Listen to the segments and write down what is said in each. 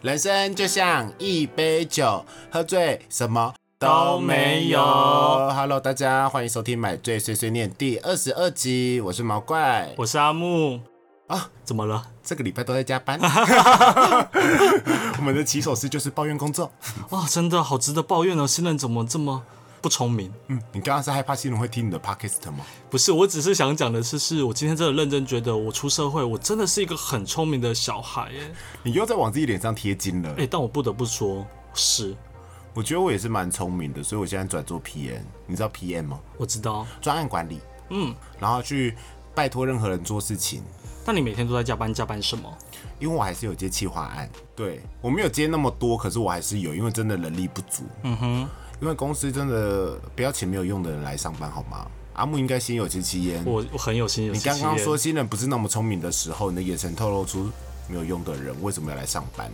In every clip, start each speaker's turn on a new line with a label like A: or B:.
A: 人生就像一杯酒，喝醉什么都
B: 都
A: 没
B: 没
A: 有
B: 有。
A: Hello，大家欢迎收听《买醉碎碎念》第二十二集，我是毛怪。
B: 我是阿木
A: 啊，
B: 怎么了？
A: 这个礼拜都在加班，我们的起手式就是抱怨工作。
B: 哇，啊真的好值得抱怨哦！新人怎么这么不聪明？
A: 嗯，你刚刚是害怕新人会听你的 podcast 吗？
B: 不是，我只是想讲的是，是我今天真的认真觉得，我出社会，我真的是一个很聪明的小孩耶。
A: 你又在往自己脸上贴金了
B: 哎、。但我不得不说，是
A: 我觉得我也是蛮聪明的，所以我现在转做 PM。你知道 PM 吗？
B: 我知道。
A: 专案管理。嗯，然后去拜托任何人做事情。
B: 那你每天都在加班，加班什么？
A: 因为我还是有接企划案，对我没有接那么多，可是我还是有，因为真的人力不足。嗯哼，因为公司真的不要请没有用的人来上班，好吗？阿木应该先有接气烟。
B: 我我很有心有
A: 你
B: 戚戚
A: 刚刚
B: 焉
A: 说新人不是那么聪明的时候，你的眼神透露出没有用的人为什么要来上班？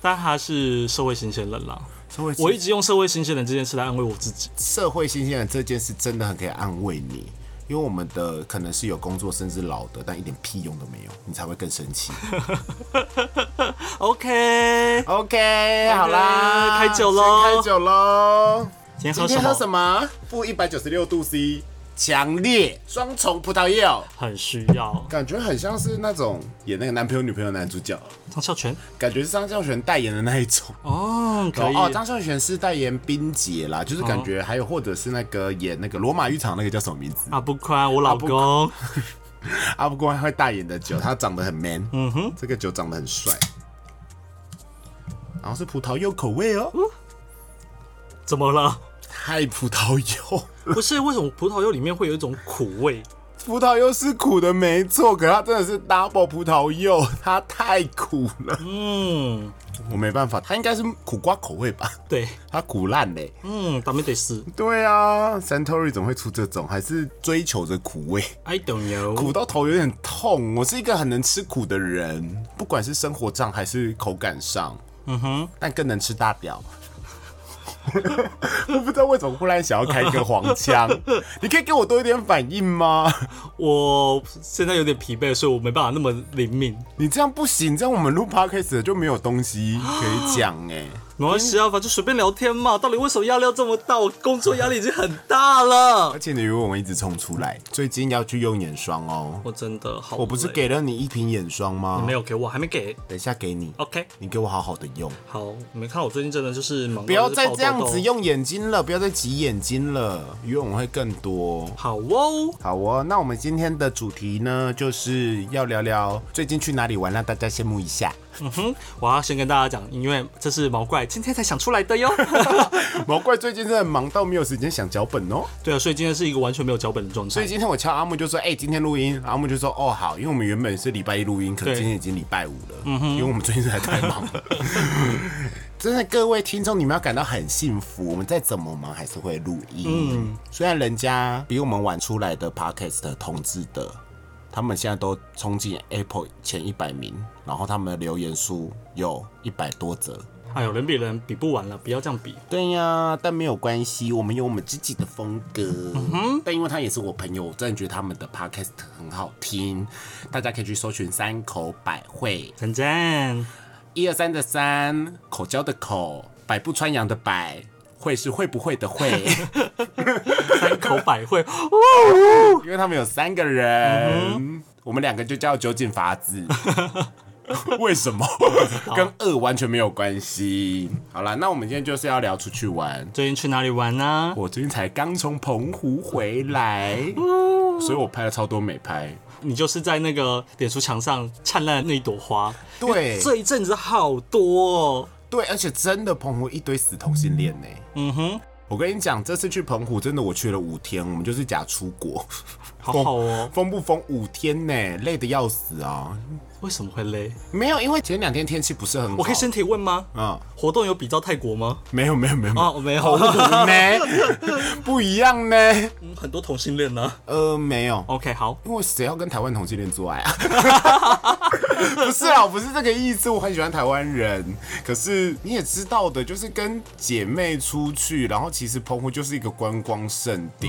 B: 但他是社会新鲜人啦。
A: 社会
B: 我一直用社会新鲜人这件事来安慰我自己。
A: 社会新鲜人这件事真的很可以安慰你，因为我们的可能是有工作甚至老的，但一点屁用都没有，你才会更生 气。
B: OK，
A: OK，好啦，
B: 开酒喽
A: 先开酒喽。
B: 今天
A: 今
B: 喝
A: 天
B: 什
A: 喝
B: 么？
A: 什么？负一百九十六度 C，强烈双重葡萄柚，
B: 很需要。
A: 感觉很像是那种演那个男朋友女朋友男主角，
B: 张孝全
A: 感觉是张孝全代言的那一种。
B: 哦，可以。
A: 哦，张孝全是代言冰姐啦，就是感觉还有或者是那个演那个罗马浴场那个叫什么名字？
B: 阿不宽，我老
A: 不
B: 公。
A: 阿不过会代言的酒，他长得很 man，嗯哼，这个酒长得很帅，然后是葡萄柚口味哦，
B: 怎么了？
A: 太葡萄柚。
B: 不是为什么葡萄柚里面会有一种苦味？
A: 葡萄柚是苦的，没错，可它真的是 double 葡萄柚，它太苦了，
B: 嗯，
A: 我没办法，它应该是苦瓜口味吧，
B: 对，
A: 它苦烂嘞。
B: 嗯，咱们得是
A: 对啊，Santori 怎么会出这种？还是追求着苦味，
B: I don't know。
A: 苦到头有点痛。我是一个很能吃苦的人，不管是生活上还是口感上，
B: 嗯哼，
A: 但更能吃大屌。 我不知道为什么忽然想要开一个黄腔，你可以给我多一点反应吗？
B: 我现在有点疲惫，所以我没办法那么灵敏。
A: 你这样不行，这样我们录 podcast 的就没有东西可以讲哎、
B: 没关系啊，反正随便聊天嘛。到底为什么压力要这么大？我工作压力已经很大了
A: 而。且你如果我们一直冲出来，最近要去用眼霜哦。
B: 我真的好累，
A: 我不是给了你一瓶眼霜吗？
B: 没有哦给我，还没给。
A: 等一下给你，
B: OK，
A: 你给我好好的用，
B: 好，你们看我最近真的就是忙到
A: 不要
B: 就是
A: 再
B: 爆
A: 这样
B: 痘痘
A: 子。用眼睛了，不要再挤眼睛了，因为我们会更多。
B: 好哦，
A: 好哦，那我们今天的主题呢，就是要聊聊最近去哪里玩，让大家羡慕一 下。
B: 嗯哼，我要先跟大家讲，因为这是毛怪今天才想出来的 哟。
A: 毛怪最近真的忙到没有时间想脚本哦。
B: 对啊，所以今天是一个完全没有脚本的状态。
A: 所以今天我敲阿木就说：“哎、今天录音。”阿木就说：“哦，好，因为我们原本是礼拜一录音，可是
B: 对
A: 今天已经礼拜五了，
B: 嗯
A: 因为我们最近实在太忙 了。真的，各位听众，你们要感到很幸福。我们再怎么忙，还是会录音。
B: 嗯
A: 虽然人家比我们晚出来的 podcast 同志的，他们现在都冲进 Apple 前一百名，然后他们的留言数有一百多则。
B: 哎呦，人比人比不完了，不要这样比。
A: 对呀、但没有关系，我们有我们自己的风格。但因为他也是我朋友，我真的觉得他们的 podcast 很好听，大家可以去搜寻三口百惠，
B: 赞赞，
A: 一二三的三，口交的口，百步穿杨的百。会是会不会的会，
B: 三口百哦惠，
A: 因为他们有三个人，我们两个就叫酒井法子。为什么？跟二完全没有关系。好了，那我们今天就是要聊出去玩，
B: 最近去哪里玩啊呢、
A: 我最近才刚从澎湖回来，所以我拍了超多美拍。
B: 你就是在那个脸书墙上灿烂的那一朵花。
A: 对
B: 这一阵子好多、哦，
A: 对，而且真的澎湖一堆死同性恋呢、
B: 嗯哼，
A: 我跟你讲，这次去澎湖真的我去了五天，我们就是假出国，
B: 好好哦。
A: 疯不疯？五天呢、累得要死啊！
B: 为什么会累？
A: 没有，因为前两天天气不是很好。
B: 我可以先提问吗？
A: 嗯，
B: 活动有比较泰国吗？
A: 没有没有没有，
B: 啊，我没有
A: 澎，湖呢 不一样呢。
B: 嗯很多同性恋啊呢、
A: 呃，没有，
B: OK，好，
A: 因为谁要跟台湾同性恋做爱啊？ 不是啊，我不是这个意思，我很喜欢台湾人。可是你也知道的，就是跟姐妹出去，然后其实澎湖就是一个观光胜地，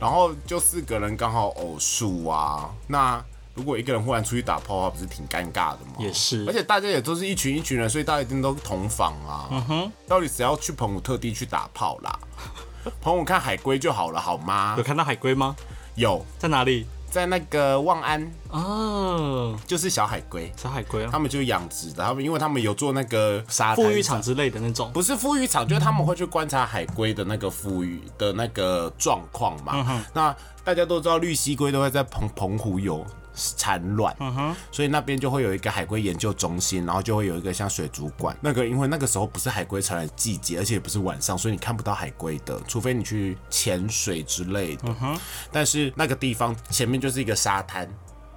A: 然后就四个人刚好偶数啊，那如果一个人忽然出去打炮啊，不是挺尴尬的吗？
B: 也是
A: 而且大家也都是一群一群人，所以大家一定都同房啊。嗯哼，到底谁要去澎湖特地去打炮啦？ 澎湖看海龟就好了，好吗
B: 有？看到海龟吗？
A: 有，
B: 在哪里？
A: 在那个望安
B: 啊，
A: 就是小海龟，
B: 小海龟
A: 他
B: 啊，
A: 们就养殖的，他们因为他们有做那个沙
B: 富
A: 滩
B: 裕场之类的那种。
A: 不是富裕场，就是他们会去观察海龟的那个富裕的那个状况
B: 嗯
A: 嘛。那大家都知道绿蜥龟都会在澎澎湖有产卵，
B: 嗯
A: 所以那边就会有一个海龟研究中心，然后就会有一个像水族馆。那个因为那个时候不是海龟产卵季节，而且也不是晚上，所以你看不到海龟的，除非你去潜水之类
B: 嗯
A: 的。但是那个地方前面就是一个沙滩。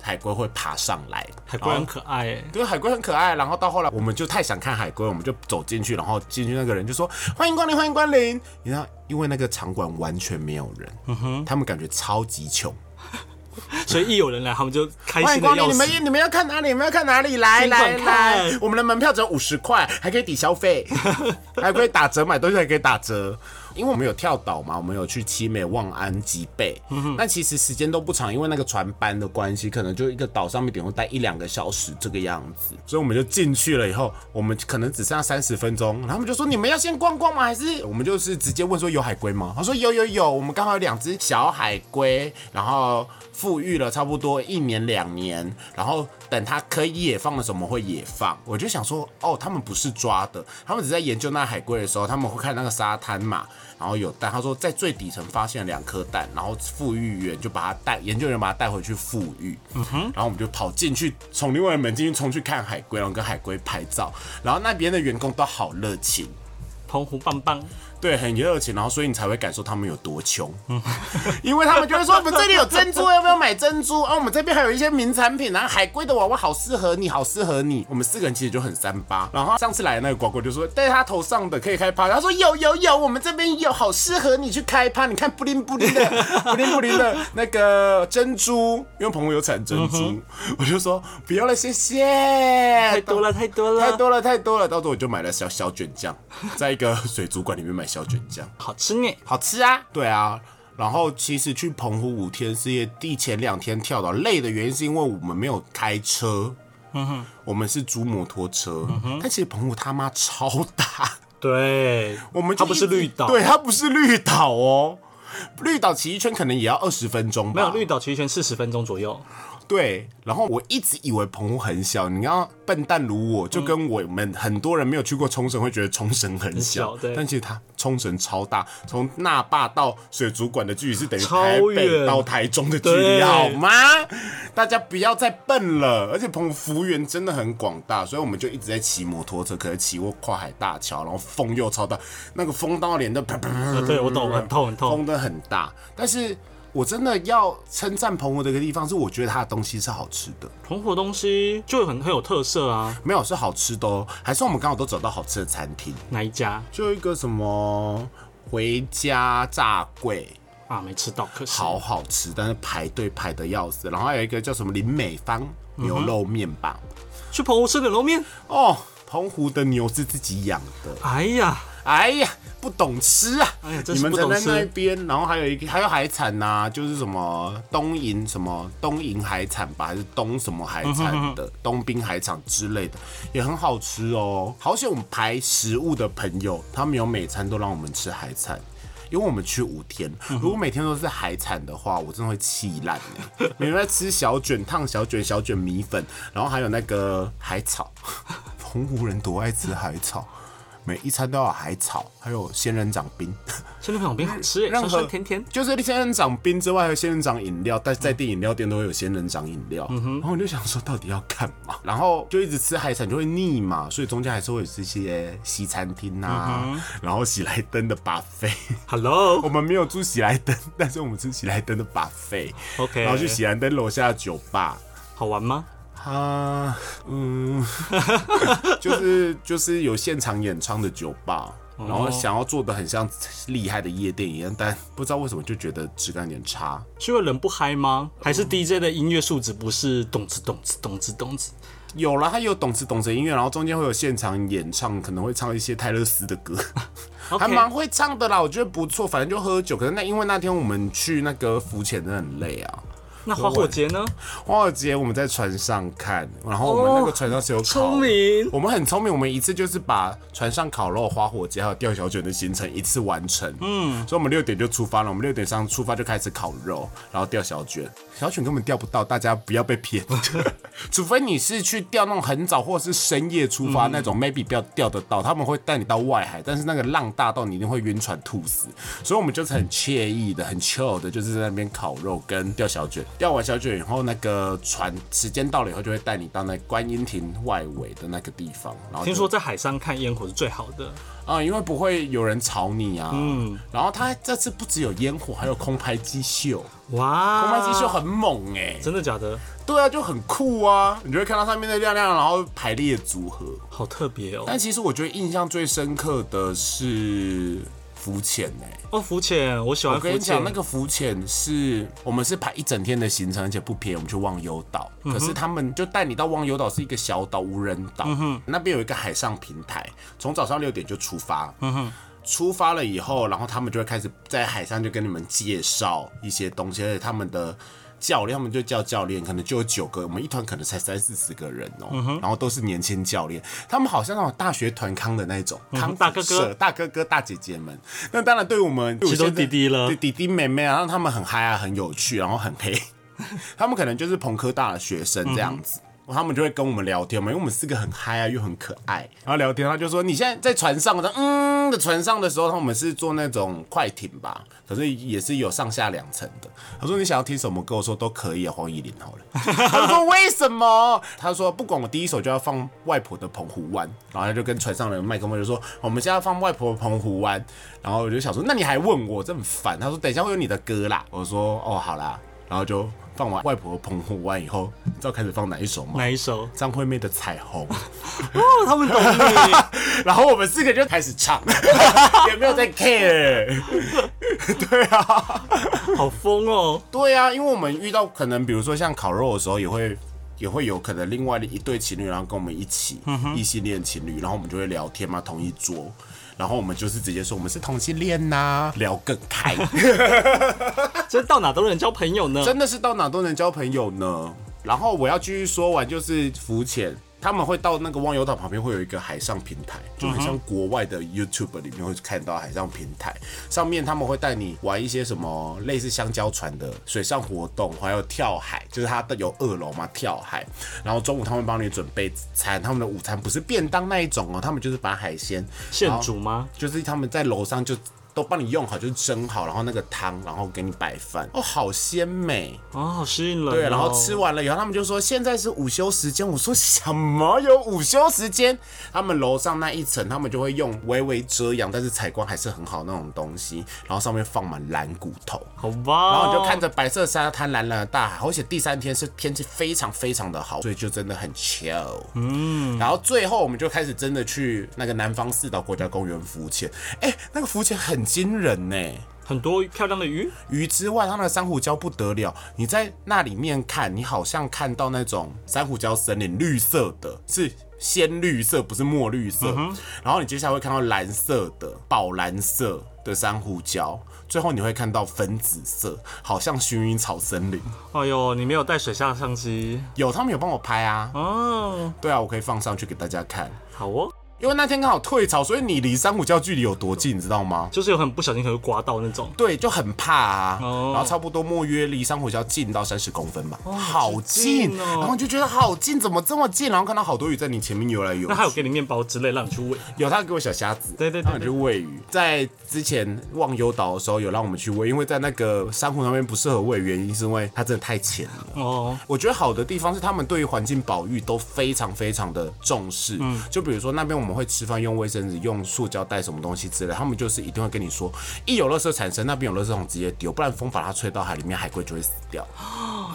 A: 海龟会爬上来，
B: 海龟很可爱哎、
A: 对，海龟很可爱。然后到后来，我们就太想看海龟，我们就走进去，然后进去那个人就说：“欢迎光临，欢迎光临。”你知道，因为那个场馆完全没有人，他们感觉超级穷。
B: 所以一有人来，他们就开
A: 欢
B: 心
A: 迎
B: 的
A: 光临，
B: 要
A: 你
B: 死
A: 们。你们要看哪里？你们要看哪里？来
B: 尽管
A: 来
B: 看
A: 来，我们的门票只有五十块，还可以抵消 费，还可以打折，买东西还可以打折。因为我们有跳岛嘛，我们有去七美、望安、吉贝，那其实时间都不长，因为那个船班的关系，可能就一个岛上面顶多待一两个小时这个样子，所以我们就进去了以后，我们可能只剩下三十分钟，然后他们就说你们要先逛逛吗？还是我们就是直接问说有海龟吗？他说有有有，我们刚好有两只小海龟，然后富裕了差不多一年两年，然后等它可以野放的时候，我们会野放。我就想说，哦，他们不是抓的，他们只在研究那海龟的时候，他们会看那个沙滩嘛，然后有蛋。他说在最底层发现了两颗蛋，然后富裕员就把它带，研究员把它带回去富裕。嗯哼，然后我们就跑进去，从另外一门进去冲去看海龟，然后跟海龟拍照。然后那边的员工都好热情，
B: 澎湖棒棒，
A: 对，很热情，然后所以你才会感受他们有多穷， 因为他们就会说我们这里有珍珠，要不要买珍珠？啊，我们这边还有一些名产品啊，海龟的娃娃好适合你，好适合你。我们四个人其实就很三八，然后上次来的那个瓜瓜就说戴他头上的可以开趴，他说有有有，我们这边有，好适合你去开趴。你看布灵布灵 的布灵布灵的那个珍珠，因为朋友有产珍
B: 嗯
A: 珠，我就说不要了，谢谢，
B: 太
A: 太
B: 多了，太多了，
A: 太多了，太多了。到时候我就买了小小卷酱， 在一个水族馆里面买小卷酱，
B: 好吃呢。
A: 好吃啊。对啊，然后其实去澎湖五天四夜，地前两天跳岛累的原因是因为我们没有开车，我们是租摩托车。
B: 嗯
A: 但其实澎湖他妈超 大，
B: 对，
A: 我们就
B: 它不是
A: 一直
B: 绿岛，
A: 对，，它不是绿岛哦。绿岛骑一圈可能也要二十分钟吧，
B: 没有绿岛骑一圈四十分钟左右。
A: 对，然后我一直以为澎湖很小，你要笨蛋如我，就
B: 嗯
A: 跟我们很多人没有去过冲绳，会觉得冲绳很小，
B: 小对
A: 但其实它冲绳超大，从那霸到水族馆的距离是等于
B: 超
A: 台北
B: 远
A: 到台中的距离，
B: 对
A: 好吗？大家不要再笨了，而且澎湖幅员真的很广大，所以我们就一直在骑摩托车，可是骑过跨海大桥，然后风又超大，那个风到脸都啪啪啪啪
B: 呃对，我懂，很痛很痛。
A: 风的很大，但是我真的要称赞澎湖的一个地方是，我觉得它的东西是好吃的，
B: 澎湖的东西就很很有特色啊，
A: 没有是好吃的哦，还是我们刚好都找到好吃的餐厅，
B: 哪一家
A: 就一个什么回家炸桂，
B: 啊？没吃到，可惜。
A: 好，好吃，但是排队排的要死，然后还有一个叫什么林美芳牛肉面吧，
B: 去澎湖吃冷肉面。
A: 哦。澎湖的牛是自己养的，
B: 哎呀，
A: 哎呀，不懂吃啊！
B: 哎呀真
A: 你
B: 是
A: 们
B: 不
A: 站
B: 懂
A: 在
B: 吃
A: 那边，然后还有一个还有海产呐、就是什么东营什么东营海产吧，还是东什么海产的、东滨海产之类的，也很好吃哦。好险我们排食物的朋友，他们有每餐都让我们吃海产。因为我们去五天，如果每天都是海产的话，我真的会气烂欸每天在吃小卷、烫小卷、小卷米粉，然后还有那个海草。 澎湖人多爱吃海草，每一餐都要有海草，还有仙人掌冰。
B: 仙人掌冰好吃哎，
A: 任
B: 酸
A: 何
B: 酸甜甜。
A: 就是仙人掌冰之外，还有仙人掌饮料，但在地饮料店都会有仙人掌饮料。
B: 嗯
A: 然后我就想说，到底要干嘛？然后就一直吃海产就会腻嘛，所以中间还是会有这些西餐厅啊，
B: 嗯
A: 然后喜来登的 buffet。我
B: Hello，
A: 们没有住喜来登，但是我们吃喜来登的 buffet。
B: OK
A: 然后去喜来登楼下的酒吧。
B: 好玩吗？
A: 啊， 嗯，就是就是有现场演唱的酒吧，
B: 哦
A: 然后想要做的很像厉害的夜店一样，但不知道为什么就觉得质感有点差。
B: 是因为人不嗨吗？还是 DJ 的音乐素质不是咚子咚子咚子咚子？
A: 有啦，它有懂词懂词的音乐，然后中间会有现场演唱，可能会唱一些泰勒斯的歌
B: OK
A: 还蛮会唱的啦，我觉得不错。反正就喝酒，可是那因为那天我们去那个浮潜真的很累啊，
B: 那花火节呢？
A: 花火节我们在船上看，然后我们那个船上是有烤，
B: 哦聪明
A: 我们很聪明，我们一次就是把船上烤肉、花火节还有钓小卷的行程一次完成。嗯，所以我们六点就出发了，我们六点上出发就开始烤肉，然后钓小卷，小卷根本钓不到，大家不要被骗，除非你是去钓那种很早或者是深夜出
B: 嗯
A: 发那种、m a y b e 不要钓得到，他们会带你到外海，但是那个浪大到你一定会晕船吐死，所以我们就是很惬意的、很 chill 的，就是在那边烤肉跟钓小卷，钓完小卷以后，那个船时间到了以后就会带你到那观音亭外围的那个地方，然后就
B: 听说在海上看烟火是最好的，
A: 啊、因为不会有人吵你啊。嗯，然后他这次不只有烟火，还有空拍机秀，空拍
B: 哇！
A: 机秀很猛哎、
B: 真的假的？
A: 对啊，就很酷啊！你就会看到上面的亮亮，然后排列组合。
B: 好特别哦！
A: 但其实我觉得印象最深刻的是浮潜哎、
B: 哦，浮潜，我喜
A: 我
B: 欢
A: 跟
B: 浮
A: 你
B: 潜
A: 讲，那。个浮潜是我们是排一整天的行程，而且不便宜，我们去忘忧岛。
B: 嗯
A: 可是他们就带你到忘忧岛是一个小岛，无人岛，
B: 嗯
A: 那边有一个海上平台，从早上六点就出发。
B: 嗯
A: 出发了以后，然后他们就会开始在海上就跟你们介绍一些东西，而且他们的教练，他们就叫教练，可能就有九个，我们一团可能才三四十个人哦、
B: 嗯
A: 然后都是年轻教练，他们好像那种大学团康的那种，康
B: 嗯大哥哥
A: 子社大哥哥、大姐姐们。那当然，对我们
B: 其实都
A: 有些
B: 弟弟了
A: 对弟弟妹妹啊，让他们很嗨啊，很有趣，然后很黑。他们可能就是朋科大的学生这样子。他们就会跟我们聊天嘛，因为我们四个很嗨啊，又很可爱，然后聊天，他就说你现在在船上，我说嗯的船上的时候，他们是坐那种快艇吧，可是也是有上下两层的。他说你想要听什么歌，我说都可以啊，黄以玲好了。 他说为什么？他说不管我第一首就要放外婆的澎湖湾，然后他就跟船上的麦克风就说我们现在要放外婆的澎湖湾，然后我就想说那你还问我，真烦。他说等一下会有你的歌啦，我说哦好啦，然后就放完外婆澎湖湾以后，你知道开始放哪一首吗？
B: 哪 一首？
A: 张惠妹的《彩虹》，
B: 哦，他们懂你，
A: 然后我们四个就开始唱， 也没有在 care。对啊，
B: 好疯哦！
A: 对啊，因为我们遇到可能，比如说像烤肉的时候，也会也会有可能另外的一对情侣，然后跟我们一起异性恋情侣，然后我们就会聊天嘛，同一桌，然后我们就是直接说我们是同性恋呐、聊更开。
B: 这到哪都能交朋友呢。
A: 真的是到哪都能交朋友呢。然后我要继续说完，就是浮潜，他们会到那个忘忧岛旁边会有一个海上平台，就很像国外的 YouTube 里面会看到海上平台，上面他们会带你玩一些什么类似香蕉船的水上活动，还有跳海，就是它的有二楼嘛跳海，然后中午他们帮你准备餐，他们的午餐不是便当那一种哦，他们就是把海鲜
B: 现煮吗？
A: 就是他们在楼上就都帮你用好，就是蒸好，然后那个汤，然后给你摆饭，哦，好鲜美。
B: 哦，好吸引人、哦。
A: 对，然后吃完了以后，他们就说现在是午休时间。我说什么有午休时间？他们楼上那一层，他们就会用微微遮阳，但是采光还是很好那种东西，然后上面放满蓝骨头。
B: 好吧。
A: 然后你就看着白色沙滩、蓝蓝的大海，而且第三天是天气非常非常的好，所以就真的很 chill。嗯，然后最后我们就开始真的去那个南方四岛国家公园浮潜，哎、那个浮潜很惊人呢、
B: 很多漂亮的鱼，
A: 鱼之外，它那个珊瑚礁不得了。你在那里面看，你好像看到那种珊瑚礁森林，绿色的，是鲜绿色，不是墨绿色。然后你接下来会看到蓝色的、宝蓝色的珊瑚礁，最后你会看到粉紫色，好像薰衣草森林。
B: 哎呦，你没有带水下相机
A: 有，他们有帮我拍啊。
B: 哦，
A: 对啊，我可以放上去给大家看。
B: 好哦，
A: 因为那天刚好退潮，所以你离珊瑚礁距离有多近，你知道吗？
B: 就是有很不小心可能会刮到那种，
A: 对，就很怕啊。
B: 哦
A: 然后差不多莫约离珊瑚礁近到三十公分吧，好
B: 近
A: 近。
B: 哦
A: 然后你就觉得好近，怎么这么近？然后看到好多鱼在你前面游来游
B: 那
A: 去
B: 还。有给你面包之类让你去喂，
A: 有他给我小虾子，
B: 对对对
A: 然后你就喂鱼。在之前忘忧岛的时候，有让我们去喂，因为在那个珊瑚那边不适合喂，原因是因为它真的太浅了。
B: 哦，
A: 我觉得好的地方是他们对于环境保育都非常非常的重视。
B: 嗯
A: 就比如说那边我们会吃饭用卫生纸、用塑胶袋什么东西之类，他们就是一定会跟你说，一有垃圾产生，那边有垃圾桶直接丢，不然风把它吹到海里面，海龟就会死掉。
B: 哦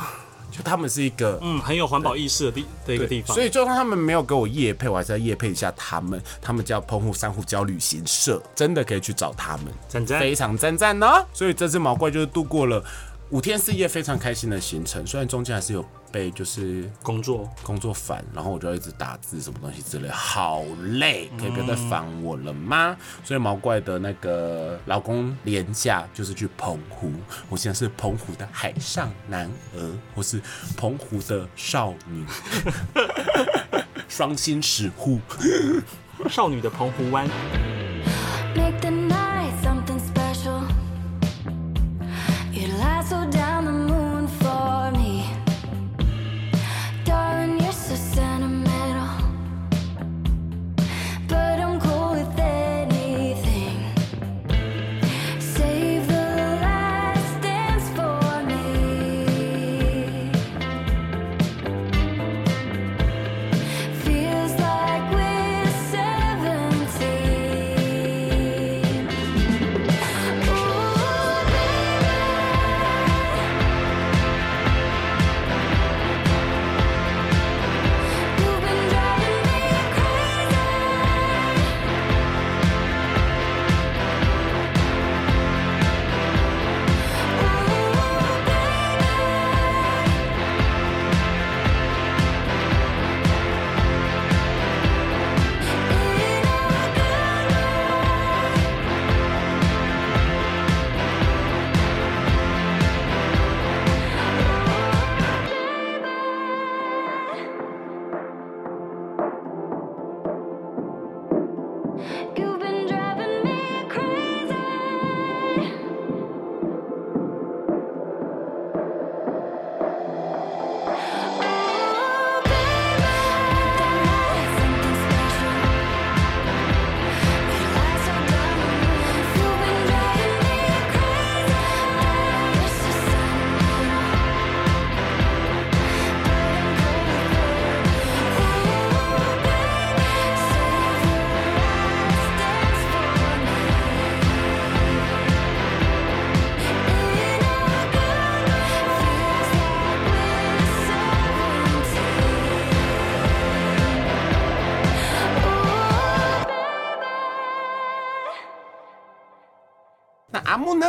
A: 就他们是一个。
B: 嗯，很有环保意识的地的一个地方，
A: 所以就算他们没有给我夜配，我还是要夜配一下他们。他们叫澎湖珊瑚礁旅行社，真的可以去找他们。
B: 赞赞
A: 哦非常赞赞呢。所以这只毛怪就是度过了五天四夜非常开心的行程，虽然中间还是有被就是
B: 工作
A: 工作烦，然后我就一直打字什么东西之类，好累，可以不要再烦我了吗？所以毛怪的那个老公廉价就是去澎湖，我现在是澎湖的海上男儿，或是澎湖的少女，双心石户。
B: 少女的澎湖湾，
C: Make the night something special. You lie so down the moon for me. Darling, you're so sentimental. But I'm cool with anything. Save the last dance for me. Feels like we're seventeen. Ooh, baby, you've been driving me crazy. Ooh, baby. You've been driving me crazy. Oh, baby, make the night something special. You lie so dumb. You've been driving me crazy. Darling, you're so sentimental, but I'm cool with it. Ooh, Oh, baby, save the last dance for me. In our garden, feels like we're seventeen. Ooh, baby.
A: 那阿木呢？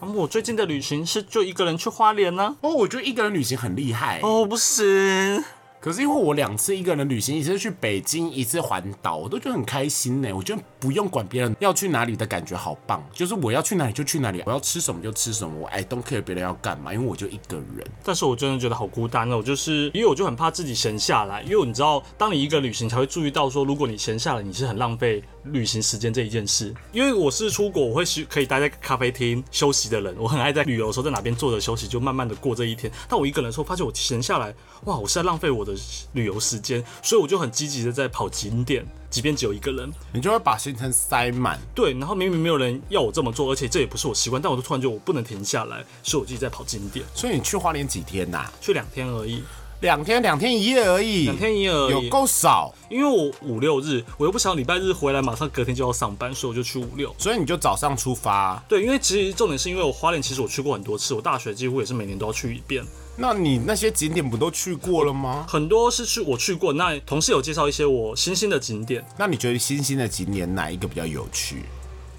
B: 那哦么我最近的旅行是就一个人去花莲呢、
A: 哦，我觉得一个人旅行很厉害、
B: 哦，不行，
A: 可是因为我两次一个人旅行，一次去北京，一次环岛，我都觉得很开心呢。我觉得不用管别人要去哪里的感觉好棒，就是我要去哪里就去哪里，我要吃什么就吃什么，我
B: 哎
A: I don't care 别人要干嘛，因为我就一个人。
B: 但是我真的觉得好孤单哦。我就是因为我就很怕自己闲下来，因为你知道，当你一个旅行才会注意到说，如果你闲下来，你是很浪费旅行时间这一件事。因为我是出国，我会是可以待在咖啡厅休息的人，我很爱在旅游的时候在哪边坐着休息，就慢慢的过这一天。但我一个人的时候，发现我闲下来，哇，我是在浪费我的旅游时间，所以我就很积极的在跑景点，即便只有一个人。
A: 你就会把行程塞满。
B: 对，然后明明没有人要我这么做，而且这也不是我习惯，但我就突然觉得我不能停下来，所以我自己在跑景点，
A: 所以你去花莲几天呐、
B: 去两天而已。
A: 两天，两天一夜而已，
B: 两天一夜而已
A: 嗯有够少。
B: 因为我五六日，我又不想礼拜日回来，马上隔天就要上班，所以我就去五六。
A: 所以你就早上出发，
B: 对，因为其实重点是因为我花莲，其实我去过很多次，我大学几乎也是每年都要去一遍，
A: 那你那些景点不都去过了吗？
B: 很多是去我去过。那同事有介绍一些我新兴的景点，
A: 那你觉得新兴的景点哪一个比较有趣？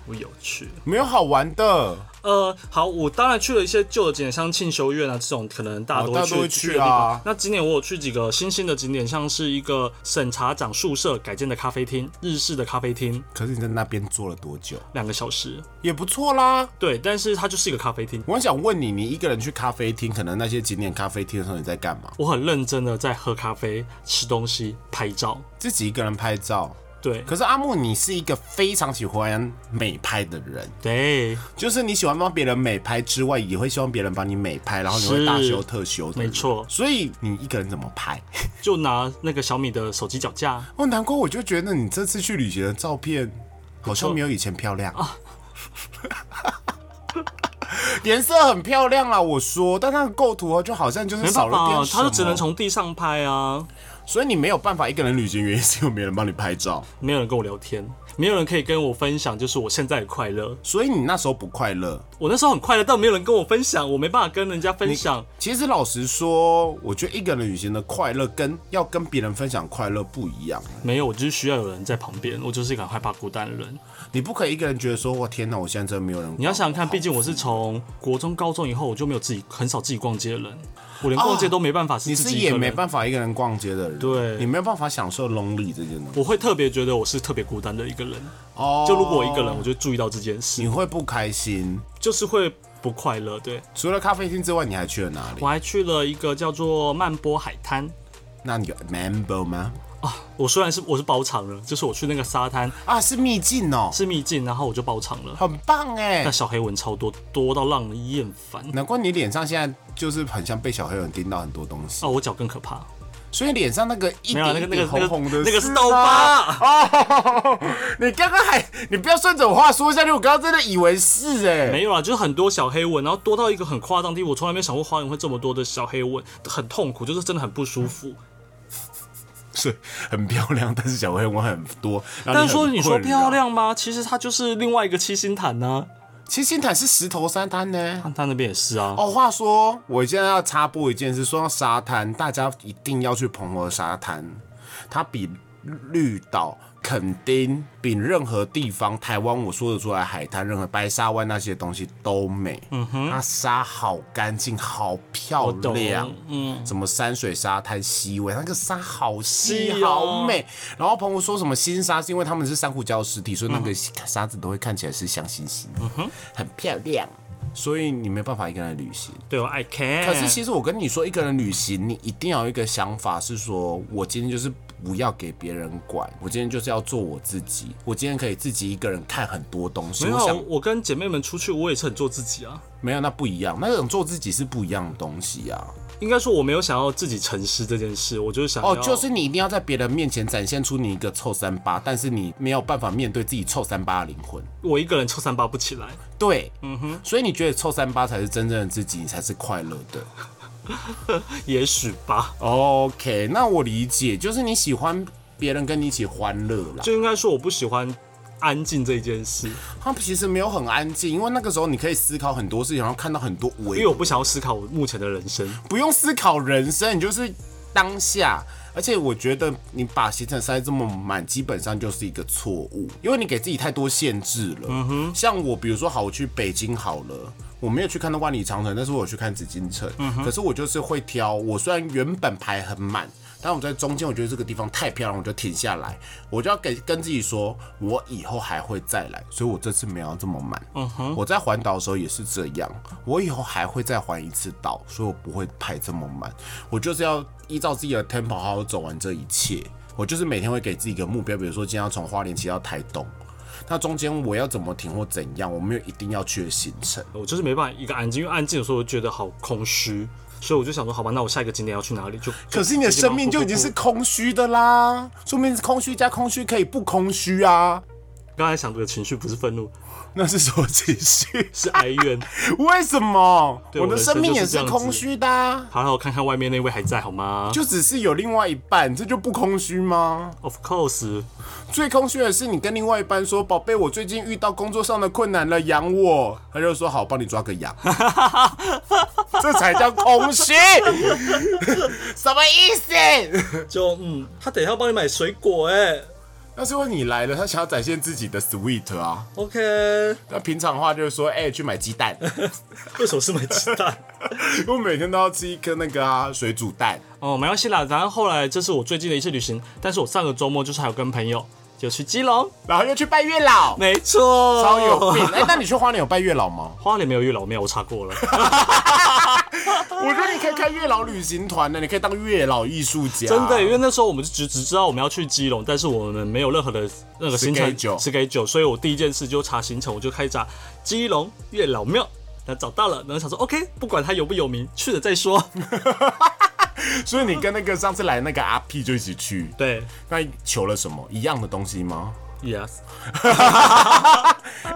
B: 我有去。
A: 没有好玩的，
B: 呃，好，我当然去了一些旧的景点，像庆修院啊这种，可能大家都
A: 哦大
B: 会
A: 家
B: 去、
A: 都会
B: 的
A: 去
B: 地
A: 啊
B: 方。那今年我有去几个新兴的景点，像是一个审查长宿舍改建的咖啡厅，日式的咖啡厅，
A: 可是你在那边坐了多久？
B: 两个小时。
A: 也不错啦。
B: 对，但是它就是一个咖啡厅。
A: 我很想问你，你一个人去咖啡厅，可能那些景点咖啡厅的时候，你在干嘛？
B: 我很认真的在喝咖啡、吃东西、拍照。
A: 自己一个人拍照。
B: 对，
A: 可是阿木，你是一个非常喜欢美拍的人，
B: 对，
A: 就是你喜欢帮别人美拍之外，也会希望别人帮你美拍，然后你
B: 是
A: 会大修特修的人
B: 没错
A: 所以你一个人怎么拍？
B: 就拿那个小米的手机脚架，
A: 哦，难怪我就觉得你这次去旅行的照片好像没有以前漂亮。
B: 哦
A: 颜色很漂亮啦，我说，但那个构图哦就好像就是
B: 没
A: 少
B: 办
A: 了
B: 法、
A: 点
B: 啊，
A: 什么，
B: 它就只能从地上拍啊。
A: 所以你没有办法一个人旅行，原因是因为没人帮你拍照。
B: 没有人跟我聊天，没有人可以跟我分享，就是我现在的快乐。
A: 所以你那时候不快乐。
B: 我那时候很快乐，但没有人跟我分享，我没办法跟人家分享。
A: 其实老实说，我觉得一个人旅行的快乐跟要跟别人分享快乐不一样。
B: 没有，我就是需要有人在旁边，我就是一个很害怕孤单的人。
A: 你不可以一个人觉得说，哇天哪，我现在真的没有人。
B: 你要想想看，毕竟我是从国中、高中以后，我就没有自己很少自己逛街的人，我连逛街都没办法
A: 啊你
B: 是自
A: 是
B: 己一
A: 也
B: 个
A: 没
B: 人。
A: 办法一个人逛街的人，
B: 对
A: 你没有办法享受 lonely 这件东西。
B: 我会特别觉得我是特别孤单的一个人，
A: 哦
B: 就如果我一个人，我就注意到这件
A: 你
B: 事，
A: 会不开心。
B: 就是会不快乐。对
A: 除了咖啡厅之外，你还去了哪里
B: 我？还去了一个叫做曼波海滩，
A: 那你有 member 吗？
B: 我虽然是我是包场了，就是我去那个沙滩
A: 啊，是秘境哦，
B: 是秘境，然后我就包场了。
A: 很棒哎
B: 那。小黑蚊超多，多到让人厌烦。
A: 难怪你脸上现在就是很像被小黑人叮到很多东西，
B: 哦，我脚更可怕，
A: 所以脸上那个一
B: 没有啊
A: 点一
B: 那个那个
A: 点红红的，啊
B: 那个是痘疤
A: 哦。你刚刚还你不要顺着我话说下去，我刚刚真的以为是哎，
B: 没有啊，就是很多小黑蚊，然后多到一个很夸张地步，我从来没想过花园会这么多的小黑蚊，很痛苦，就是真的很不舒
A: 嗯
B: 服。
A: 是很漂亮，但是小黑我很多。
B: 但
A: 但
B: 是说你说漂，亮吗？其实它就是另外一个七星潭呢、
A: 七星潭是石头沙滩呢。
B: 它那边也是啊。
A: 哦，话说，我现在要插播一件事，说到沙滩，大家一定要去澎湖的沙滩，它比绿岛、垦丁、比任何地方，台湾我说得出来海滩，任何白沙湾那些东西都美。嗯哼，它沙好干净，好漂
B: 懂
A: 亮。嗯，什么山水沙滩、溪尾，那个沙好细、
B: 是哦
A: 好美。然后澎湖说什么新沙，是因为他们是珊瑚礁实体，所以那
B: 嗯
A: 个沙子都会看起来是像星星，嗯哼，很漂亮。所以你没办法一个人旅行。
B: 对哦，I can。
A: 可是其实我跟你说，一个人旅行，你一定要有一个想法，是说我今天就是不要给别人管，我今天就是要做我自己，我今天可以自己一个人看很多东西。
B: 没
A: 我
B: 有啊，
A: 想
B: 我跟姐妹们出去，我也是很做自己啊。
A: 没有那不一样，那种做自己是不一样的东西啊。
B: 应该说我没有想要自己沉思这件事，我就是想要
A: 哦，就是你一定要在别人面前展现出你一个臭三八，但是你没有办法面对自己臭三八的灵魂。
B: 我一个人臭三八不起来。
A: 对，嗯哼，所以你觉得臭三八才是真正的自己，你才是快乐的。
B: 也许吧，
A: OK，那我理解，就是你喜欢别人跟你一起欢乐啦。
B: 就应该说我不喜欢安静这一件事，
A: 他其实没有很安静，因为那个时候你可以思考很多事情，然后看到很多
B: 因
A: 维
B: 为，我不想要思考我目前的人生。
A: 不用思考人生，你就是当下。而且我觉得你把行程塞这么满，基本上就是一个错误，因为你给自己太多限制了。嗯哼，像我，比如说好，我去北京好了。我没有去看到万里长城，但是我有去看紫禁城。可是我就是会挑，我虽然原本排很满，但我在中间我觉得这个地方太漂亮，我就停下来，我就要给跟自己说，我以后还会再来，所以我这次没有要这么满。嗯哼，我在环岛的时候也是这样，我以后还会再环一次岛，所以我不会排这么满，我就是要依照自己的 tempo 好好走完这一切。我就是每天会给自己一个目标，比如说今天要从花莲骑到台东，那中间我要怎么停或怎样，我没有一定要去的行程。
B: 我就是没办法一个安静，因为安静的时候我觉得好空虚，所以我就想说，好吧，那我下一个景点要去哪里？就
A: 可是你的生命就已经是空虚的啦，说明空虚加空虚可以不空虚啊。
B: 刚才想的情绪不是愤怒，
A: 那是什么情绪？
B: 是哀怨。
A: 为什么？
B: 对
A: 我的
B: 我的生
A: 生命也
B: 就是
A: 是
B: 这样子
A: 空虚的、啊，
B: 好了，我看看外面那位还在好吗
A: 就只是有另外一半，这就不空虚吗？
B: ？Of course，
A: 最空虚的是你跟另外一半说：“宝贝，我最近遇到工作上的困难了，养我。”他就说：“好，帮你抓个 羊。”这才叫空虚， 什么意思？
B: 就嗯，他等一下要帮你买水果哎、
A: 那是因为你来了，他想要展现自己的 sweet 啊。
B: OK，
A: 那平常的话就是说：“哎、去买鸡蛋。”
B: 为什么是买鸡蛋？
A: 我每天都要吃一颗那个啊水煮蛋。
B: 哦，没关系啦。然后后来这是我最近的一次旅行，但是我上个周末就是还有跟朋友有去基隆，
A: 然后又去拜月老，
B: 没错，
A: 超有病。哎、那你去花莲有拜月老吗？
B: 花莲没有月老庙，我查 过了。
A: 我觉得你可以开月老旅行团呢，你可以当月老艺术家。
B: 真的，因为那时候我们只只知道我们要去基隆，但是我们没有任何的那个行程
A: Schedule
B: 给九，所以我第一件事就查行程，我就开始查基隆月老庙，那找到了，然后想说 OK，不管它有不有名，去了再 说。
A: 所以你跟那个上次来那个阿 P 就一起去。
B: 对
A: 那你求了什么一样的东西吗？
B: ，Yes，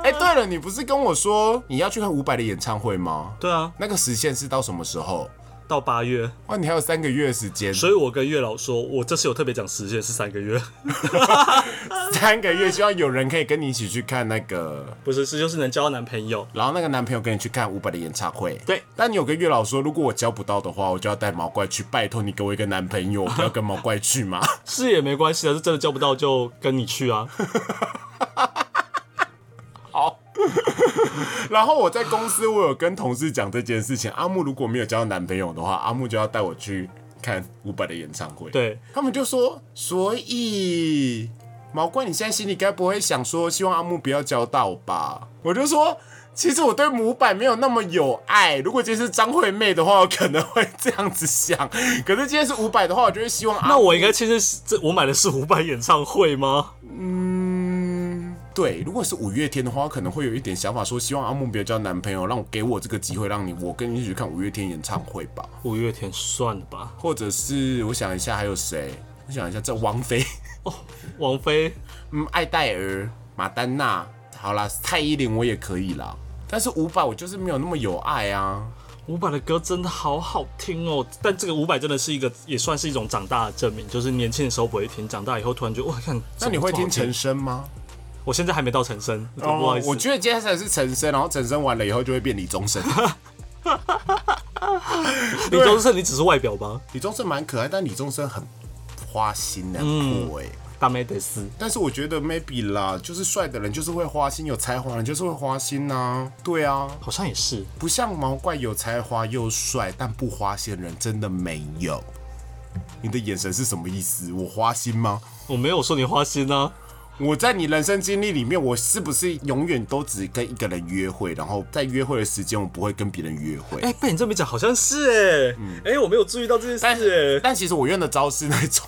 A: 哎、对了，你不是跟我说你要去看伍佰的演唱会吗？
B: 对啊，
A: 那个时限是到什么时候？
B: 到八月，
A: 哇，你还有三个月的时间，
B: 所以我跟月老说，我这次有特别讲时限是三个月，
A: 三个月希望有人可以跟你一起去看那个，
B: 不是是就是能交到男朋友。
A: 然后那个男朋友跟你去看伍佰的演唱会。
B: 对
A: 但你有跟月老说，如果我交不到的话，我就要带毛怪去，拜托你给我一个男朋友，我不要跟毛怪去嘛。
B: 是也没关系啊，是真的叫不到就跟你去啊。
A: 好。然后我在公司，我有跟同事讲这件事情。阿木如果没有交到男朋友的话，阿木就要带我去看伍佰的演唱会。
B: 对，
A: 他们就说，所以毛怪，你现在心里该不会想说，希望阿木不要交到吧？我就说，其实我对伍佰没有那么有爱。如果今天是张惠妹的话，我可能会这样子想；可是今天是伍佰的话，我就会希望阿
B: 那我应该其实是这我买的是伍佰演唱会吗？
A: 对，如果是五月天的话，我可能会有一点想法，说希望阿木不要交男朋友，让我给我这个机会，让你我跟你一起去看五月天演唱会吧。
B: 五月天算了吧。
A: 或者是我想一下还有谁？我想一下，这王菲，
B: 王菲，
A: 嗯，艾黛儿、马丹娜，好啦，蔡依林我也可以啦。但是伍佰我就是没有那么有爱啊。
B: 伍佰的歌真的好好听哦。但这个伍佰真的是一个，也算是一种长大的证明，就是年轻的时候不会听，长大以后突然觉得哇，看
A: 那你会听
B: 陈
A: 陈？升吗？
B: 我现在还没到陈升，不好意思，
A: 我觉得接下来是陈升，然后陈升完了以后就会变李宗盛。
B: 李宗盛你只是外表吧，
A: 李宗盛蛮可爱，但李宗盛很花心难过哎、
B: 大妹得斯。
A: 但是我觉得 maybe 啦，就是帅的人就是会花心，有才华的人就是会花心呐、对啊，
B: 好像也是，
A: 不像毛怪有才华又帅，但不花心的人真的没有。你的眼神是什么意思？我花心吗？
B: 我没有说你花心啊，
A: 我在你人生经历里面，我是不是永远都只跟一个人约会，然后在约会的时间我不会跟别人约会？
B: 哎、被你这么一讲好像是哎、哎、
A: 嗯
B: 我没有注意到这件
A: 但
B: 事哎、
A: 但其实我用的招是那种，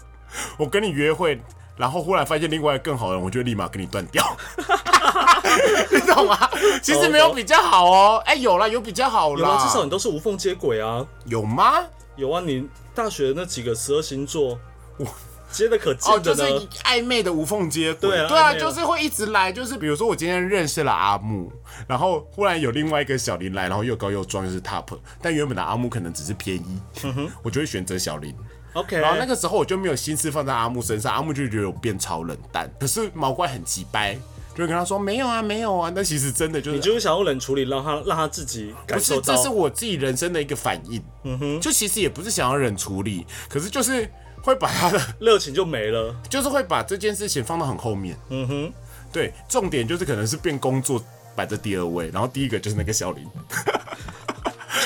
A: 我跟你约会，然后忽然发现另外一个更好的人，我就立马跟你断掉。 你懂吗？其实没有比较好哦。哎、有啦，有比较好
B: 有啊，
A: 啦。
B: 至少你都是无缝接轨啊，
A: 有吗？
B: 有啊，你大学那几个十二星 座，我接的可
A: 哦，
B: 近
A: 就
B: 的
A: 是
B: 呢。
A: 暧昧的无缝接轨。
B: 对啊
A: 对啊，
B: 暧昧的
A: 就是会一直来。就是比如说，我今天认识了阿木，然后忽然有另外一个小林来，然后又高又壮又是 top，但原本的阿木可能只是偏一，
B: 嗯
A: 我就会选择小林。
B: OK，
A: 然后那个时候我就没有心思放在阿木身上，阿木就觉得我变超冷淡。可是毛怪很急掰，就会跟他说没有啊，没有啊。那其实真的就是
B: 你就是想用冷处理，让他让他自己
A: 不
B: 感
A: 是，
B: 受
A: 这
B: 到。
A: 是我自己人生的一个反应。嗯哼，就其实也不是想要忍处理，可是就是会把他的，
B: 热情就没了。
A: 就是会把这件事情放到很后面。嗯
B: 哼，
A: 对，重点就是可能是变工作摆在第二位，然后第一个就是那个小 林，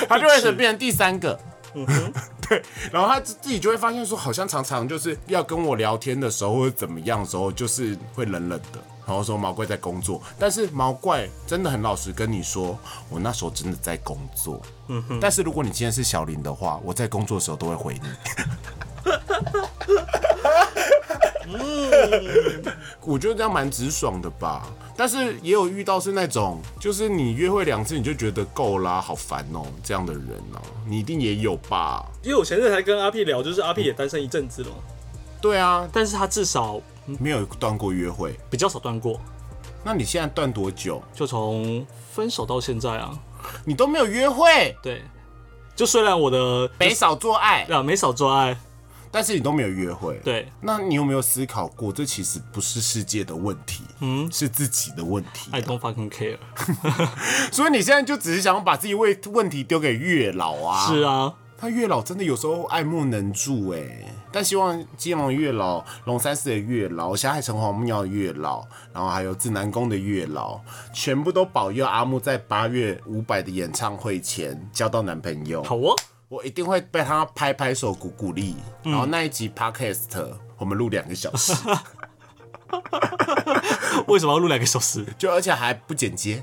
A: 他就会变成第三个。 对，然后他自己就会发现说，好像常常就是要跟我聊天的时候或者怎么样的时候，就是会冷冷的。然后说毛怪在工作，但是毛怪真的很老实跟你说，我那时候真的在工作。嗯哼。但是如果你今天是小林的话，我在工作的时候都会回你。我觉得这样蛮直爽的吧，但是也有遇到是那种，就是你约会两次你就觉得够啦，好烦哦、这样的人哦、你一定也有吧？
B: 因为我前阵才跟阿 P 聊，就是阿 P 也单身一阵子了，
A: 对啊，
B: 但是他至少
A: 没有断过约会。
B: 比较少断过，
A: 那你现在断多久？
B: 就从分手到现在啊。
A: 你都没有约会，
B: 对，就虽然我的
A: 没少做爱，
B: 啊没少做爱，
A: 但是你都没有约会。，
B: 对，
A: 那你有没有思考过，这其实不是世界的问题，嗯，是自己的问题。
B: I don't fucking care。
A: 所以你现在就只是想把自己问问题丢给月老啊？
B: 是啊，
A: 他月老真的有时候爱莫能助哎、但希望基隆的月老、龙山寺的月老、霞海城隍庙的月老，然后还有指南宫的月老，全部都保佑阿木在八月五百的演唱会前交到男朋友。
B: 好哦，
A: 我一定会被他拍拍手、鼓鼓励。然后那一集 podcast 我们录两个小时，
B: 为什么要录两个小时？
A: 就而且还不剪接，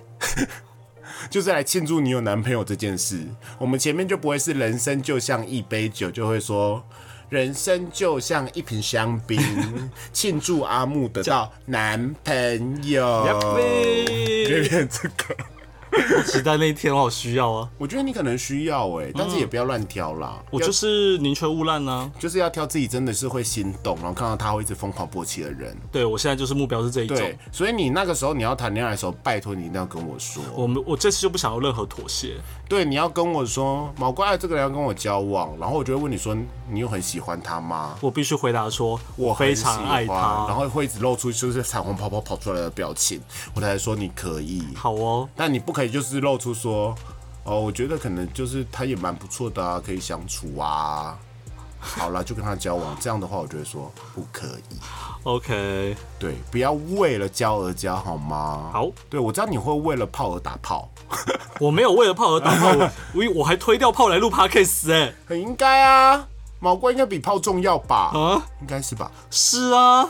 A: 就是来庆祝你有男朋友这件事。我们前面就不会是人生就像一杯酒，就会说。人生就像一瓶香 槟，庆祝阿木得到男朋友，
B: Yuppie 嗯
A: 就变这个。
B: 我期待那一天，我好需要啊！
A: 我觉得你可能需要哎、但是也不要乱挑啦。
B: 我
A: 要
B: 就是宁缺毋滥啊呢、
A: 就是要挑自己真的是会心动，然后看到他会一直疯狂勃起的人。
B: 对我现在就是目标是这一种
A: 对。，所以你那个时候你要谈恋爱的时候，拜托你一定要跟我说。
B: 我们我这次就不想要任何妥协，
A: 对，你要跟我说，毛怪这个人要跟我交往，然后我就会问你说，你有很喜欢他吗？
B: 我必须回答说，
A: 我很
B: 非
A: 喜
B: 常爱
A: 欢然
B: 他。
A: 后会一直露出就是彩虹泡泡跑出来的表情，我才说你可以。
B: 好哦，
A: 但你不可以就是露出说，哦，我觉得可能就是他也蛮不错的啊，可以相处啊。好了，就跟他交往，这样的话，我就会说不可以。
B: OK，
A: 对，不要为了交而交，好吗？
B: 好
A: 对我知道你会为了炮而打炮，
B: 我没有为了炮而打炮， 我我我还推掉炮来录 Podcast 哎、
A: 很应该啊。毛怪应该比炮重要吧？
B: 啊，
A: 应该是吧？
B: 是啊，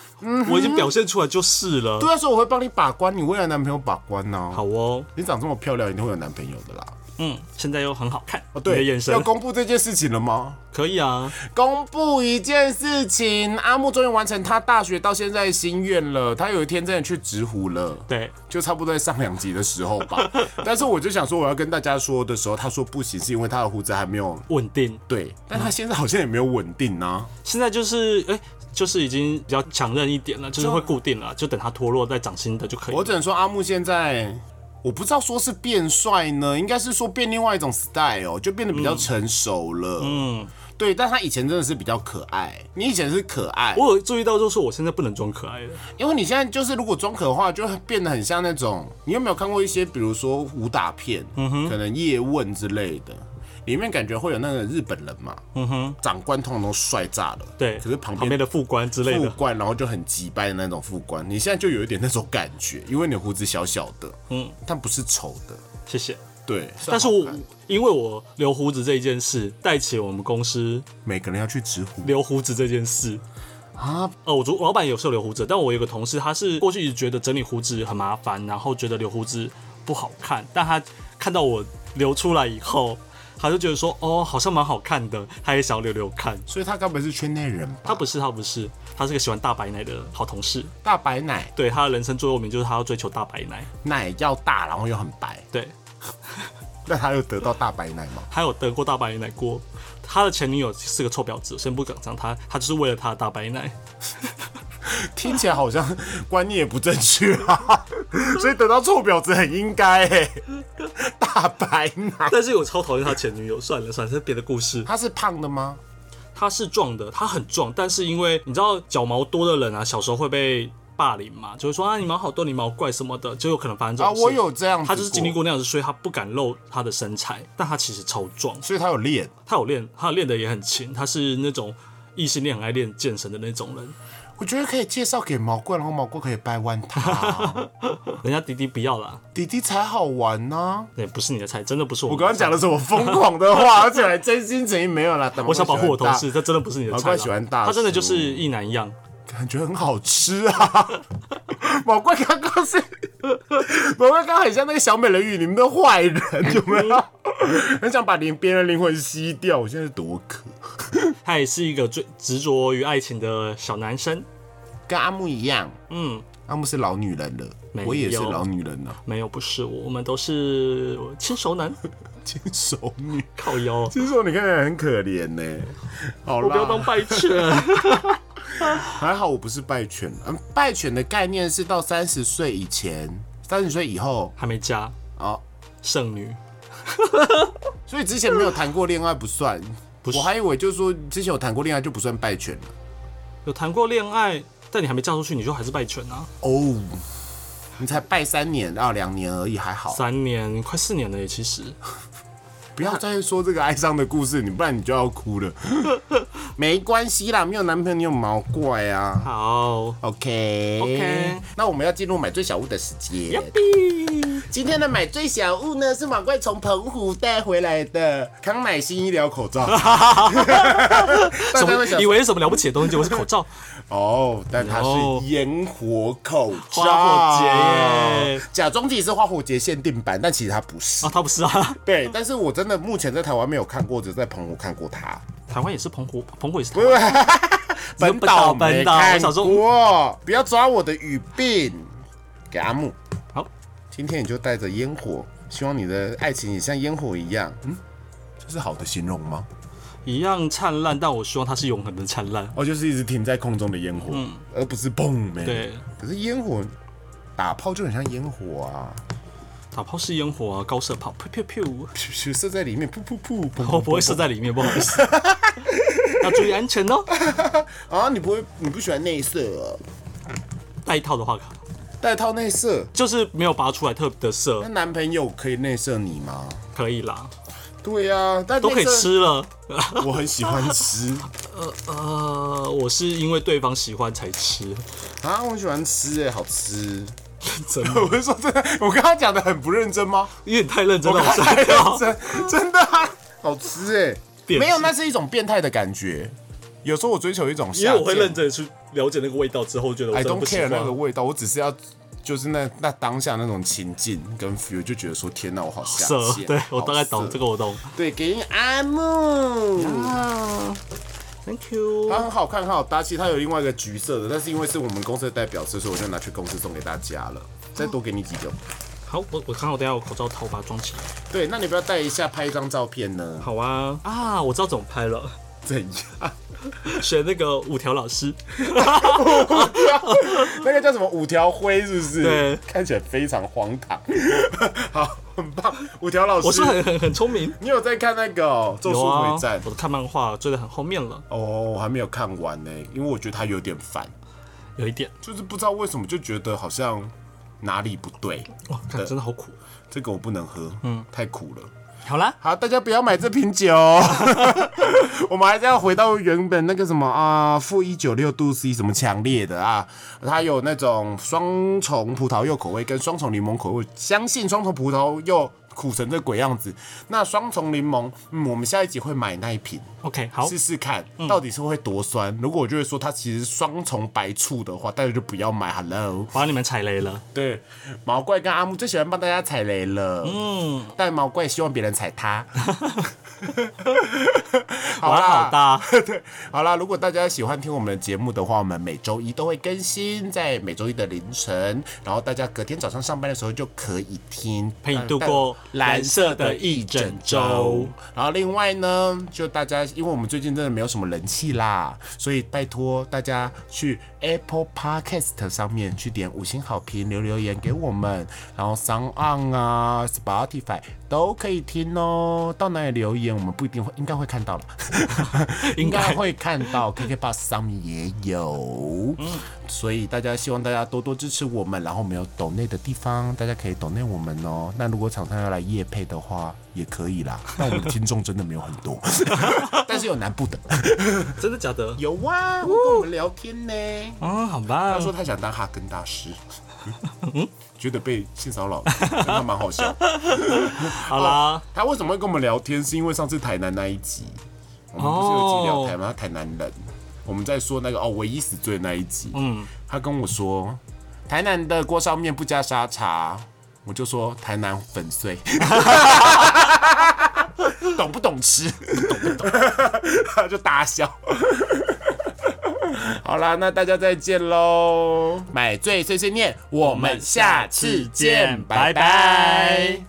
B: 我已经表现出来就是了。
A: 嗯对啊，所以我会帮你把关，你未来男朋友把关呢、
B: 好哦，
A: 你长这么漂亮，一定会有男朋友的啦。
B: 嗯，现在又很好看，
A: 哦，
B: 你的
A: 对
B: 眼，神
A: 要公布这件事情了吗？
B: 可以啊，
A: 公布一件事情，阿木终于完成他大学到现在的心愿了。他有一天真的去直湖了，
B: 对，
A: 就差不多在上两集的时候 吧。但是我就想说，我要跟大家说的时候，他说不行，是因为他的胡子还没有
B: 稳定。
A: 对，但他现在好像也没有稳定啊。
B: 现在就是哎、就是已经比较强韧一点了，就是会固定了，就等它脱落再长新的就可以
A: 啊
B: 了。
A: 我只能说，阿木现在我不知道说是变帅呢，应该是说变另外一种 style，哦就变得比较成熟了。嗯，对，但他以前真的是比较可爱，你以前是可爱，
B: 我有注意到，就是我现在不能装可爱了。
A: 因为你现在就是如果装可的话，就会变得很像那种，你有没有看过一些，比如说武打片，可能叶问之类的。里面感觉会有那个日本人嘛，长官通常都帅炸了，
B: 对，
A: 可是旁
B: 旁
A: 边
B: 边的副官之类
A: 副
B: 的，
A: 官，然后就很急掰的那种副官，你现在就有一点那种感觉，因为你胡子小小的，嗯，但不是丑的，
B: 谢谢。
A: 对。
B: 但是
A: 好
B: 我
A: 看
B: 因为我留胡子这一件事，带起我们公司
A: 每个人要去直胡
B: 留胡子这件事。
A: 啊，
B: 呃，我主我老板有时候留胡子，但我有个同事，他是过去一直觉得整理胡子很麻烦，然后觉得留胡子不好看，但他看到我留出来以后，他就觉得说，哦，好像蛮好看的，他也想要留留看。
A: 所以他根本是圈内人吧？
B: 他不是，他不是，他是个喜欢大白奶的好同事。
A: 大白奶，
B: 对，他的人生座右铭就是他要追求大白奶。
A: 奶要大，然后又很白，
B: 对，
A: 那他又得到大白奶吗？
B: 还有得过大白奶过。他的前女友是个臭婊子，我先不讲上他，他就是为了他的大白奶。
A: 听起来好像观念也不正确啊， 所以得到臭婊子很应该哎、大白奶，
B: 但是我超讨厌他前女友，算了算了，这是别的故事。
A: 他是胖的吗？
B: 他是壮的，他很壮，但是因为你知道脚毛多的人啊，小时候会被霸凌嘛，就会说啊你毛好多，你毛怪什么的，就有可能发生这
A: 啊，
B: 种事。
A: 我有这样子，
B: 他就是经历，过那样子，所以他不敢露他的身材，但他其实超壮。
A: 所以他有练。
B: 他有练，他练的也很勤，他是那种异性恋很爱练健身的那种人。
A: 我觉得可以介绍给毛怪，然后毛怪可以掰弯 他，
B: 人家迪迪不要啦，
A: 弟弟才好玩呢、
B: 那也不是你的菜，真的不是我。
A: 我刚刚讲，的是我疯狂的 话，而且还真心诚意没有啦。
B: 我想保护我同事，
A: 大
B: 这真的不是你的
A: 毛
B: 菜啦。
A: 怪喜欢大
B: 他真的就
A: 叔
B: 是一男一样。
A: 感觉很好吃啊。毛怪刚刚是，毛怪刚刚很像那个小美人鱼里面的坏人，有没有？ 很想把连别人灵魂吸掉。我现在是多渴，
B: 他也是一个最执着于爱情的小男生。
A: 跟阿木一样，
B: 嗯，
A: 阿木是老女人了
B: 没，有
A: 我也是老女人了，
B: 没有，不是我，我们都是亲熟男，
A: 金手女。
B: 靠腰。
A: 金手你看起来很可怜呢、好
B: 我不要
A: 啦
B: 当，败 犬。
A: 还好我不是败犬。嗯，败犬的概念是到三十岁以前，三十岁以后
B: 还没嫁
A: 哦，
B: 剩女，
A: 所以之前没有谈过恋爱不算。
B: 是
A: 我还以为就是说之前有谈过恋爱就不算败犬了。
B: 有谈过恋爱，但你还没嫁出去，你就还是败犬啊。
A: 哦，你才拜三年啊，两年而已，还好。
B: 三年快四年了耶，其实
A: 不要再说这个哀伤的故事，你不然你就要哭 了。没关系啦，没有男朋友你有毛怪啊。
B: 好。
A: OK
B: OK
A: 那我们要进入买最小物的时间。
B: Yuppie
A: 今天的买最小物呢是毛怪从澎湖带回来的康乃馨医疗口罩。 大
B: 什
A: 家会想
B: 么？
A: 说
B: 以为是什么了不起的东西，结果是口罩， 啊
A: 哦，但它
B: 哦
A: 是烟火口罩，
B: 花火节耶
A: 假装自己是花火节限定版，但其实它不是
B: 啊，。他不是啊，
A: 对，但是我真的目前在台湾没有看过，只是在澎湖看过它。
B: 台湾也是澎湖，澎湖也是台湾，
A: 本岛没
B: 本岛
A: 看
B: 我哦想说
A: 过，不要抓我的语病。给阿木，
B: 好，
A: 今天你就带着烟火希望你的爱情也像烟火一样。嗯，这是好的形容吗？
B: 一样灿烂，但我希望它是永恒的灿烂。
A: 哦，就是一直停在空中的烟火，而不是嘣没。
B: 嗯对，
A: 可是烟火打炮就很像烟火啊，
B: 打炮是烟火啊，高射炮，噗噗噗，
A: 咻咻射在里面，噗噗噗，砰
B: 哦我不会射在里面，不好意 思，要注意安全哦。
A: 啊！你不会，你不喜欢内射、哦，
B: 带套的话，
A: 带套内射。
B: 就是没有拔出来特别的
A: 那
B: 射，
A: 男朋友可以内射你吗？
B: 可以啦，
A: 对呀、啊，但
B: 都可以
A: 内射，
B: 吃啊了。
A: 我很喜欢 吃
B: 呃，我是因为对方喜欢才吃，
A: 啊，我很喜欢吃哎、好吃。
B: 真 的
A: 我是说真的，我刚刚讲的很不认真吗？
B: 有点太认真
A: 我
B: 了，我
A: 刚
B: 吓
A: 才
B: 一跳
A: 认。真，真的啊，好吃哎、
B: 变
A: 没有，
B: 质
A: 那是一种变态的感觉。有时候我追求一种下
B: 因
A: 贱，
B: 为我会认真地去了解那个味道之后，觉得我
A: I
B: 真的
A: don't
B: 不喜
A: care
B: 欢。
A: 那个味道，我只是要就是那那当下那种情境跟 feel，就觉得说天哪，我好下
B: 色，
A: 贱。
B: 对
A: 好
B: 我大概懂
A: 色
B: 这个，。我懂。
A: 对，给你阿木，
B: Thank you。
A: 它很好看，很好搭。其实它有另外一个橘色的，但是因为是我们公司的代表色，所以我就拿去公司送给大家了。再多给你几个。
B: 好，我我看我等一下我口罩套把它装起来。
A: 对，那你不要带一下拍一张照片呢？
B: 好啊啊，我知道怎么拍了，
A: 怎样？
B: 选那个五条老师。
A: 那个叫什么五条灰是不是？
B: 对
A: 看起来非常荒唐。 好，很棒，五条老师，
B: 我是很很很聪明。
A: 你有在看那个哦《咒术
B: 有啊
A: 回战》，
B: 我都看漫画追得很后面了，
A: 哦，我还没有看完呢，因为我觉得它有点烦，
B: 有一点
A: 就是不知道为什么就觉得好像哪里不对。
B: 哇，看真的好苦。
A: 这个我不能喝，嗯，太苦了。
B: 好啦，
A: 好，大家不要买这瓶酒， 我们还是要回到原本那个什么啊，负一九六度 C 什么强烈的啊，它有那种双重葡萄柚口味跟双重柠檬口味，相信双重葡萄柚苦成这鬼样子，那双重柠檬，嗯，我们下一集会买那一瓶。
B: OK，好，
A: 试试看，到底是会多酸。如果我就会说它其实双重白醋的话，大家就不要买。Hello，
B: 我让你们踩雷了。
A: 对，毛怪跟阿木最喜欢帮大家踩雷了。嗯，但毛怪希望别人踩 他。好
B: 玩
A: 啦，
B: 好大，
A: 对，好啦，如果大家喜欢听我们的节目的话，我们每周一都会更新，在每周一的凌晨，然后大家隔天早上上班的时候就可以听，
B: 陪你度过
A: 但
B: 蓝色的一整周。
A: 然后另外呢，就大家，因为我们最近真的没有什么人气啦，所以拜托大家去 Apple Podcast 上面去点五星好评，留留言给我们，然后 s o n On 啊，Spotify 都可以听哦。到哪里留言，我们不一定会，应该会看到了， 应该会看到。KK Bus 上面也有，所以大家希望大家多多支持我们，然后我们有抖内的地方，大家可以抖内我们哦。那如果厂商要来夜配的话，也可以啦。但我们的听众真的没有很多，但是有南部的，
B: 真的假的？
A: 有啊，会跟我们聊天呢。
B: 啊，好吧
A: 他，说他想当哈根达斯，觉得被性骚扰，真的蛮好笑。
B: 好啦，
A: 他为什么会跟我们聊天？是因为上次台南那一集，我们不是有一集聊台吗？他台南人，我们在说那个哦唯一死罪那一集，嗯，他跟我说台南的锅烧面不加沙茶，我就说台南粉碎。 懂不懂吃？懂不懂？他就大笑。 好啦，那大家再见喽！买醉碎碎念，我们下次见，拜拜